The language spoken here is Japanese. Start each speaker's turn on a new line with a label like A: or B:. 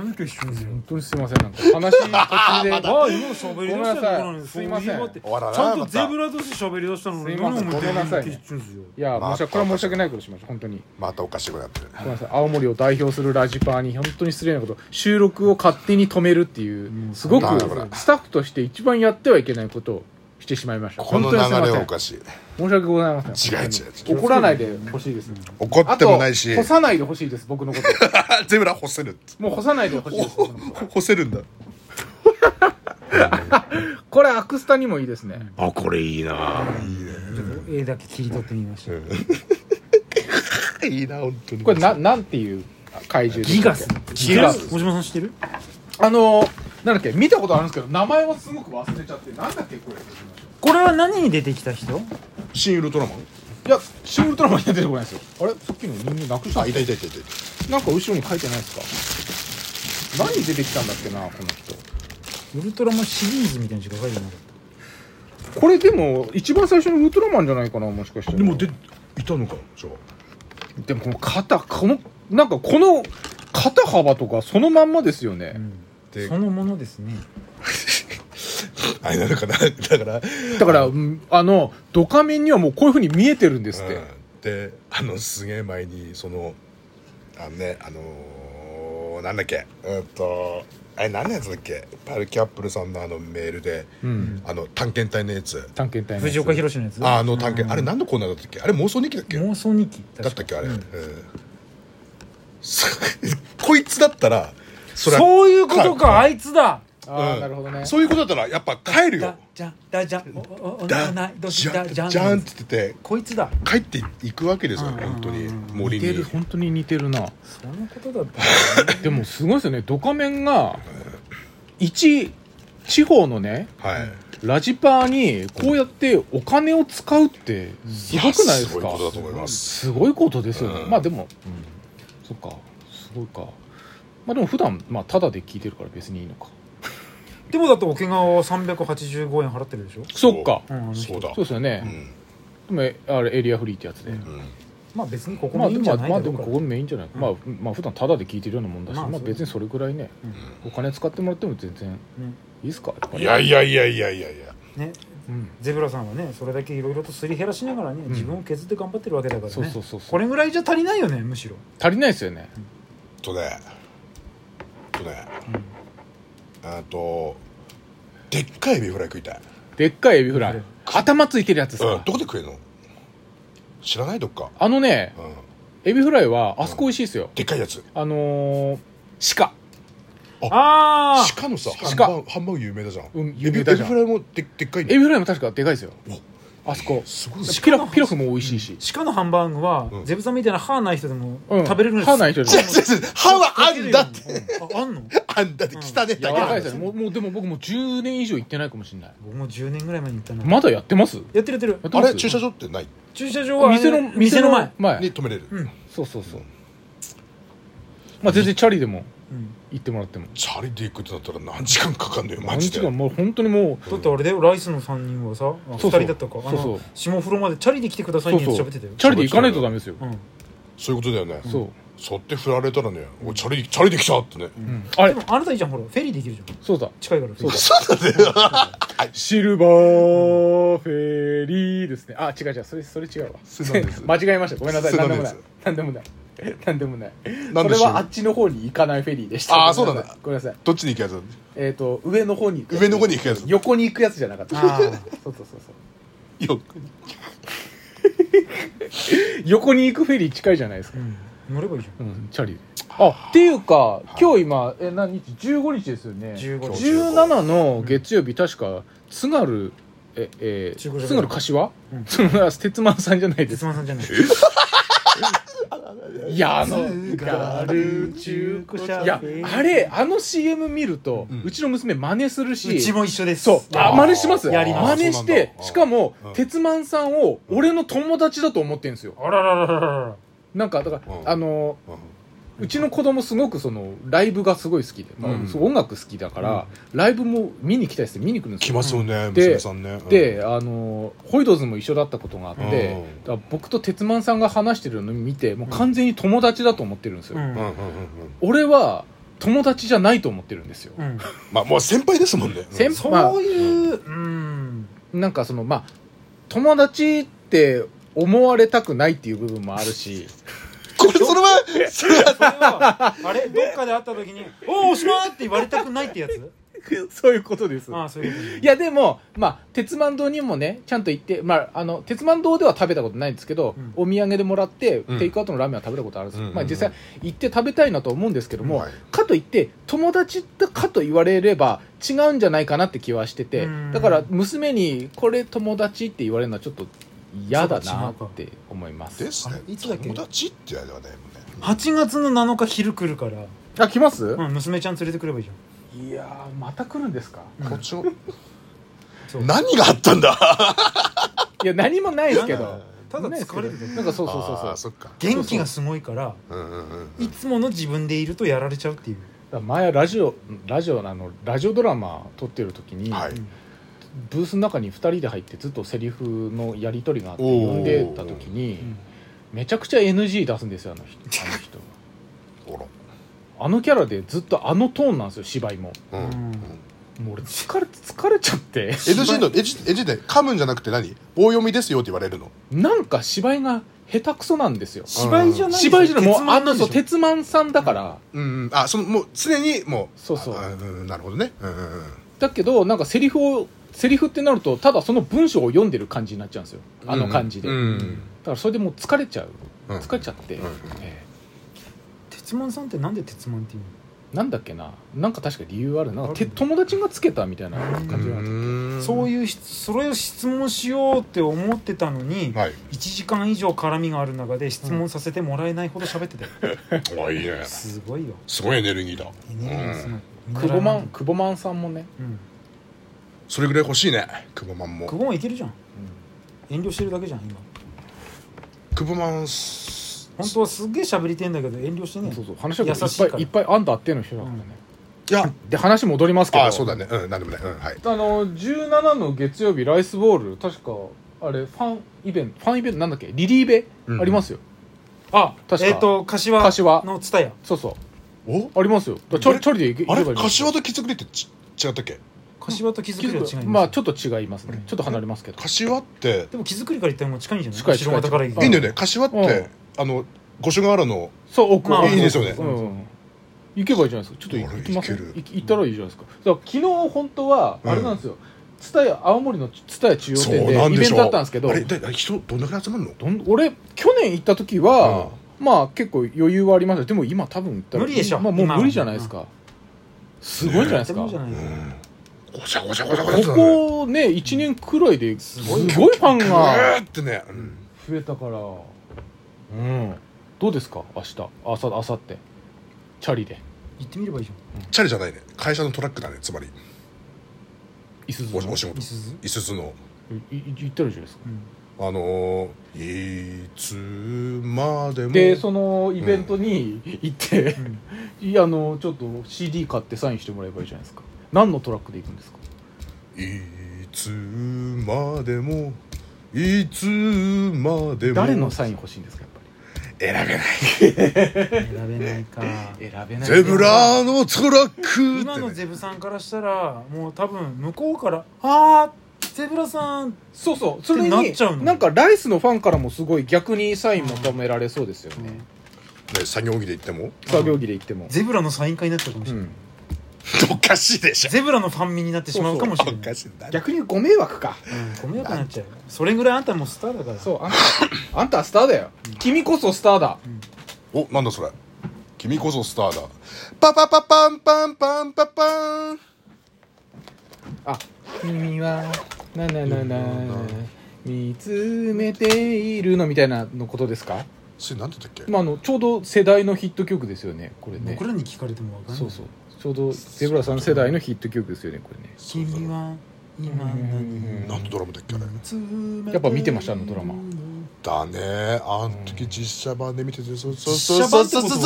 A: ると一緒ですよ
B: 本当にすいませんなんか話途中 で
A: ああ今喋り出したとこなのに
B: ごめんなさい
A: そう言って
C: 終わらない
A: ちゃんとゼブラとして喋り出したのに
B: すいません
A: 何も
B: ごめんなさい
A: 出てこないって
B: ね
A: 言ってんですよ
B: いや
C: まあ
B: 申し訳これは申し訳ないことしました本当に
C: またおかしくなってる
B: ごめんなさい青森を代表するラジパーに本当に失礼なこと収録を勝手に止めるっていうすごく
C: なんだこれ
B: スタッフとして一番やってはいけないことをしてしまいました
C: この
B: 本当
C: 流
B: にすいま
C: れ
B: せ
C: はお
B: ん
C: かしい
B: 申し訳ございません
C: 違う違う違う
B: 怒らないでほしいです
C: 怒ってもないし
B: あと干さないでほしいです僕のこと
C: ゼブラ干せる
B: もう干さないでほしいです僕のこと
C: 干せるんだ
B: これアクスタにもいいですね
C: あこれいいな
A: 絵だけ切り取ってみました
C: いいな本当に
B: これななんていう怪獣で
A: ギ
B: した
A: ガ
B: っけ
A: ス
C: ギガス
A: 小島さん知ってる
B: あのー、なんだっけ見たことあるんですけど名前はすごく忘れちゃってなんだっけこれ
A: これは何に出てきた人
C: 新ウルトラマン
B: いやシン・ウルトラマンには出てこないですよあれさっきの人間なくした
C: あいたいたいたいた
B: なんか後ろに書いてないですか何出てきたんだっけなこの人
A: ウルトラマンシリーズみたいにしか書いてなかっ
B: これでも一番最初のウルトラマンじゃないかなもしかして
C: でもでいたのかじゃあ
B: でもこの肩このなんかこの肩幅とかそのまんまですよ
A: た、う
B: ね、
A: ん
C: で
A: そのものですね
C: あれなのかなだから
B: だからうんあのドカメンにはもうこういうふうに見えてるんですって、
C: うんであのすげえ前にそのあのねあのーなんだっけえっとあれ何のやつだっけパルキャップルさんのあのメールで
B: うん
C: あの探検隊のやつ
B: 探検隊のやつ
A: 藤岡弘のやつ
C: ああの探検、
A: うん
C: あれ何のコーナーだったっけあれ妄想日記だっけ
A: 妄想日記
C: だったっけあれ、
A: う
C: うんんこいつだったらそれは
A: そういうことかあいつだ
B: あ
C: う
B: あ
C: ん
B: なるほどね
C: そういうことだったらやっぱ帰る
A: だ
C: よ
A: じゃだじゃおおお
C: だ
A: おないどうし
C: じゃ
A: だ
C: ん
A: じ
C: じ
A: ゃん
C: ゃんって言ってて
A: こいつだ
C: 帰っていくわけですよ
A: うん
C: 本当に
A: うん
C: 森
B: 似て
C: に
B: る本当に似てるな
A: そのことだったんだね
B: でもすごいですよねドカメンが一地方のね
C: はい
B: ラジパーにこうやってお金を使うってすごくないですか
C: すごいことだと思います
B: すごいことですよね、
C: うん
B: まあでも、うん、そっかすごいかまあでも普段まあタダで聞いてるから別にいいのか
A: でもだって沖縄は385円払ってるでしょ
B: そっか
A: うんあの人
C: そうだ
B: そうですよ
C: う
B: ね、
C: ん
B: でもあれエリアフリーってやつで、
A: うん
C: うん
A: まあ別にここも
B: まあ
A: いい
B: で
A: んじゃ
B: も
A: ない
B: まあ
A: だ
B: で
A: ろう
B: も
A: か
B: ここメインじゃない、
A: うん
B: まあまあ普段タダで聞いてるようなもんだし、
A: ま
B: ま
A: あ
B: あ、
A: そう
B: 別にそれぐらいねお金使ってもらっても全然
A: ね
B: いいですかやっぱり
C: いやいやいやいやいやいや
A: ね
B: うん
A: ゼブラさんはねそれだけいろいろとすり減らしながらね、
B: ん
A: 自分を削って頑張ってるわけだからね
B: そうそうそうそう
A: これぐらいじゃ足りないよねむしろ
B: 足りないですよね
C: とねとねあとでっかいエビフライ食いたい
B: でっかいエビフライ頭ついてるやつですか、
C: うんどこで食えるの知らないどっか
B: あのね
C: うん
B: エビフライはあそこ美味しいですよ、
C: でっかいやつ
B: あのー、鹿
A: ああ
C: 鹿のさ
B: 鹿
C: ハンバーグハンバーグ有名だじゃん
B: うん
C: エビ
B: 有名
C: エ
B: だ
C: ビ
B: じゃん
C: フライもででっかい
B: エ
C: ね
B: ビフライも確かでかいですよあそこ
C: すごいね
B: ピラフピラフも美味しいし、
A: 鹿のハンバーグは、
C: うん
A: ゼブさんみたいな歯ない人でも
B: うん
A: 食べれるんです
B: 歯ない人でも
C: 違う違う違う歯はあんだ って
A: うんああんの
C: あんだって汚ねえ
B: 柔
C: だ
B: ら
C: け
B: か
C: ないん
B: で
C: だ
B: すよねもうもうでも僕もう10年以上行ってないかもしれない
A: 僕も10年ぐらい前に行ったな、
B: まだやってますや
A: やってるやってる
B: って
C: あ
B: ます
C: れ駐車場ってない
A: 駐車場は
B: 店の
A: 店の前
B: 前
C: に止めれる
A: うん、
B: そうそうそうまあ全然チャリでも
A: うん、
B: 行ってもらっても
C: チャリで行くってなったら何時間かかんのよマ
B: 何
C: ジ
B: 日
C: で
B: 間もう本当にも
A: だってあれだよライスの3人はさあ2
B: そうそう
A: 人だったかあの
B: そうそう
A: 下風呂までチャリで来てくだ
B: う
A: さい
B: そう
A: ねって
B: そ
A: 喋
B: う
A: って
B: チ
A: たよ
B: ャリで行かないとダメですよ
A: うん
C: そういうことだよね
B: そう
C: そって振られたらねおいチャリチャリできたってね
B: うんあ
A: で
B: れ
A: もあなたいいじゃんほらフェリーできるじゃん
B: そうだ
A: 近いから
B: そうだ
C: そうだね
B: シルバーフェリーですね。あ、違う違う、それ、それ違うわ。
C: そうなん です
B: 間違えました。ごめんなさい。
C: そ
B: な
C: うん
B: で
C: なん
B: も
C: で
B: ない
C: す。
B: なんでもない。なんでもない。
C: な
B: そ
C: んで
B: れ
C: しょう
B: はあっちの方に行かないフェリーでした。
C: あーそうなんだ
B: ごめんなさい。
C: どっちに行くやつ
B: えっ、と、上の方に行くやつ
C: 上の方に行くやつ
B: 横に行くやつじゃなかった。
A: あー
B: そうそうそうそう。
C: よ
B: 横に行くフェリー近いじゃないですか。
A: うん乗ればいいじ
B: うん、チャリで。あ、っていうか、今日今、え、何日 ?15 日ですよね。
A: 15
C: 日
B: 17の月曜日、確か、津軽、え、え
A: 中古車
B: ー、津軽柏、
A: うん
B: その、鉄丸さんじゃない
A: ゃん
B: です
A: 鉄丸さんじゃない
B: いやあの
C: 津
A: 軽中古車
B: いやあれあの CM 見ると、う
C: うん
B: ちの娘真似するし
A: うちも一緒です
B: そう
C: あ
B: あ
C: ー
B: 真似します
A: やります
B: 真似
C: そ
B: し
C: うなん
B: て
C: だ
B: しかも、
C: うん
B: 鉄マンさんを俺の友達だと思ってるんですよ
A: あらららららら
B: なんかだから、
C: うん
B: あのうちの子供すごくそのライブがすごい好きで、まあ
C: うん
B: そう音楽好きだから、ライブも見に来たりして見に来るんです
C: 来
B: よ
C: ますよね
B: で
C: 娘さんねうん
B: であのホイドーズも一緒だったことがあって、
C: うん
B: だから僕と鉄マンさんが話してるのを見てもう完全に友達だと思ってるんですよ、
A: うん
C: うんうんうんうん
B: 俺は友達じゃないと思ってるんですよ、
A: うん、
C: まあもう先輩ですもんね
B: 先
C: うん
A: そういう、うん、
B: なんかそのまあ友達って思われたくないっていう部分もあるし
C: これそれはそれは
A: それはあれどっかで会った時に「おおしまー!」って言われたくないってやつ
B: そういうことです
A: ああそういうことね
B: いやでも、まあ、鉄満堂にもねちゃんと行って、まあ、あの鉄満堂では食べたことないんですけど、
A: うん
B: お土産でもらって、
C: うん
B: テイクアウトのラーメンは食べたことあるんですよ、
C: うんうんうん
B: まあ、実際行って食べたいなと思うんですけども、
C: はい
B: かといって友達だかと言われれば違うんじゃないかなって気はしてて
A: うん
B: だから娘にこれ友達って言われるのはちょっと嫌だなって思いま
C: ですすね
A: あれいつだっけ
C: 友達ってやれはねもうね
A: 8月の7日昼来るから、
B: あ来ます、
A: うん、娘ちゃん連れてくればいいじ
B: いやーまた来るんですか
A: ゃん、うん
C: 途中
A: そう
C: 何があったんだ
B: いや何もないですけ
A: な
B: ど
A: ただ疲れてて
B: なんかそうそうそう
C: あ
B: そう
C: ーそっか
A: 元気がすごいから
C: うんうんうんうん
A: いつもの自分でいるとやられちゃうっていう、
B: だから前ラジオラジオのあのラジオドラマ撮ってる時に、
C: は
A: う
C: い
A: ん
B: ブースの中に2人で入ってずっとセリフのやり取りがあって
C: おー
B: 読んでた時に
A: うん
B: めちゃくちゃ NG 出すんですよあの 人あの人
C: おろ
B: あのキャラでずっとあのトーンなんですよ芝居も
C: うん
A: うん
B: もう俺疲れ疲れちゃって
C: NG の NG で噛むんじゃなくて何棒読みですよって言われるの
B: なんか芝居が下手くそなんです よ
A: 芝居じゃない
B: 芝居じゃないもうあの
A: の
B: そう鉄マンさんだから、
C: うんうんあそのもう常にもう
B: そうそう
C: あんんなるほどねうんうんうん
B: だけどなんかセリフをセリフってなるとただその文章を読んでる感じになっちゃうんですよあの感じで、
C: うんうん
B: だからそれでもう疲れちゃう
C: うん
B: 疲れちゃって、
C: うんうん
B: え
A: 鉄マンさんってなんで鉄マンっていう
B: えなんだっけななんか確か理由あるなんか
A: あ
B: て
A: る
B: 友達がつけたみたいな感じなんです
A: の
C: そ
A: そうう
C: い
A: いう質それを質問しようって思ってたのに、
C: うはい
A: 1時間以上絡みがある中で質問させてもらえないほど喋ってたよ、
C: おいいね
A: すごいよ
C: すごいエネルギーだ
A: エネルギーすごい見習
B: 久
A: い
B: 保マン久保マンさんもね、
A: うん
C: それぐらい欲しいねクボマン
A: 久
C: も
A: 保マンいけるじゃん遠慮してるだけじゃん今
C: クボマンす
A: 本当はすっげえ喋りてんだけど遠慮して
B: う
A: ね
B: んそうそう話がい
A: 優しい
B: っ
A: か
B: ぱ
A: ら
B: いいっぱいあんたあっての人だからね、
C: いや
B: で話戻りますけど
C: あそうだねうんなんでもねうんはい
B: あの17の月曜日ライスボール確かあれファンイベントファンイベントなんだっけリリーベ、
C: うん
B: ありますよ
A: あ
B: 確か
A: えっ、と柏
B: 柏
A: の蔦屋
B: そうそ
C: お
B: うありますよだからチャリ
C: あれ
B: チャリで行け
C: あ
B: 行け
C: れ
B: ばいい
C: 柏と気づくりってち違ったっけ
A: 柏と木造りは違いますよ
B: まあちょっと違いますねちょっと離れますけど
C: 柏って
A: でも木造りから言ったらもう近いんじゃない
B: 近い近い
A: 白から行
B: うん
C: いいんだ
A: け
C: よね柏ってあの五所川原の
B: そう奥、
A: まあ
B: 奥
A: いいです
C: よね
B: うん、行けばいいじゃないですかちょっと
C: あれ
B: 行きます
C: 行ける
B: 行き行ったらいいじゃないですかだから昨日本当はあれなんですよ、蔦屋青森の蔦屋中央
C: そう
B: 店
C: なん
B: でイ
C: で
B: ベン
C: しょ
B: トだったんですけど
C: あれだ人どんだけ集まるの
B: どん俺去年行った時は、まあ結構余裕はありましたでも今多分行ったら
A: 無理でしょ
B: まあ、もう
A: 今は
B: 無理じゃないですかすごいんじゃないですか、
A: どじゃない
C: うん
A: の
C: ごちゃごちゃごちゃごちゃって
B: こ
C: なるよ
B: こね1年くらいです
A: す
B: ご
A: ごい
B: いファン
C: ぐ
B: が
C: ーってね、うん
B: 増えたからうんどうですか明日あさあさってチャリで
A: 行ってみればいいじ
C: チャリじゃないね会社のトラックだねつまり
B: いす
C: お
B: ゞ
C: お仕
A: ゃん
C: 事
A: いすず
C: いすずの
B: いい行ったらいいじゃないですか
C: あのー、いつまでも
B: でそのイベントに行って、
A: うん
B: い やあのちょっと CD 買ってサインしてもらえばいいじゃないですか何のトラックで行くんですか
C: いつまでもいつまでも
B: 誰のサイン欲しいんですかやっ
C: 選べない
A: 選べないか
B: ぱり選べない
C: ゼブラのトラック
A: 今の
C: ってね
A: ゼブさんからしたらもう多分向こうから「あーゼブラさん
B: そうそうそれに
A: ってなっちゃうの
B: なんかライスのファンからもすごい逆にサイン求められそうですよね、
C: ね作業着で言っても
B: 作業着で行っても、
A: ゼブラのサイン会になっちゃうかもし
B: う
A: れない、
B: ん、
C: おかしいでしょ
A: ゼブラのファンミになってしまうかもしれ
C: お
A: な
C: か
A: い
C: しいだ
B: 逆にご迷惑か
A: うんご迷惑になっちゃうそれぐらいあんたもうスターだから
B: そうあん たあんたはスターだよ君こそスターだ
C: おなんだそれ君こそスターだパパパパンパンパンパパン
B: あ君はなななな見つめているのみたいなのことですか
C: それなんだったっけ
B: まあ、あのちょうど世代のヒット曲ですよねこれね
A: 僕らに聞かれてもわかんない
B: そうそうちょうどゼブラさん世代のヒット曲ですよねこれね
A: 君は今何
B: うん
C: なんとドラムだっけあれ
A: を
B: やっぱ見てましたあのドラマ
C: だねあん時実写版で見ててそうそう
A: 実
C: そう
A: 写
C: そ
A: 版
C: う
A: って
C: そう
A: こと
C: そう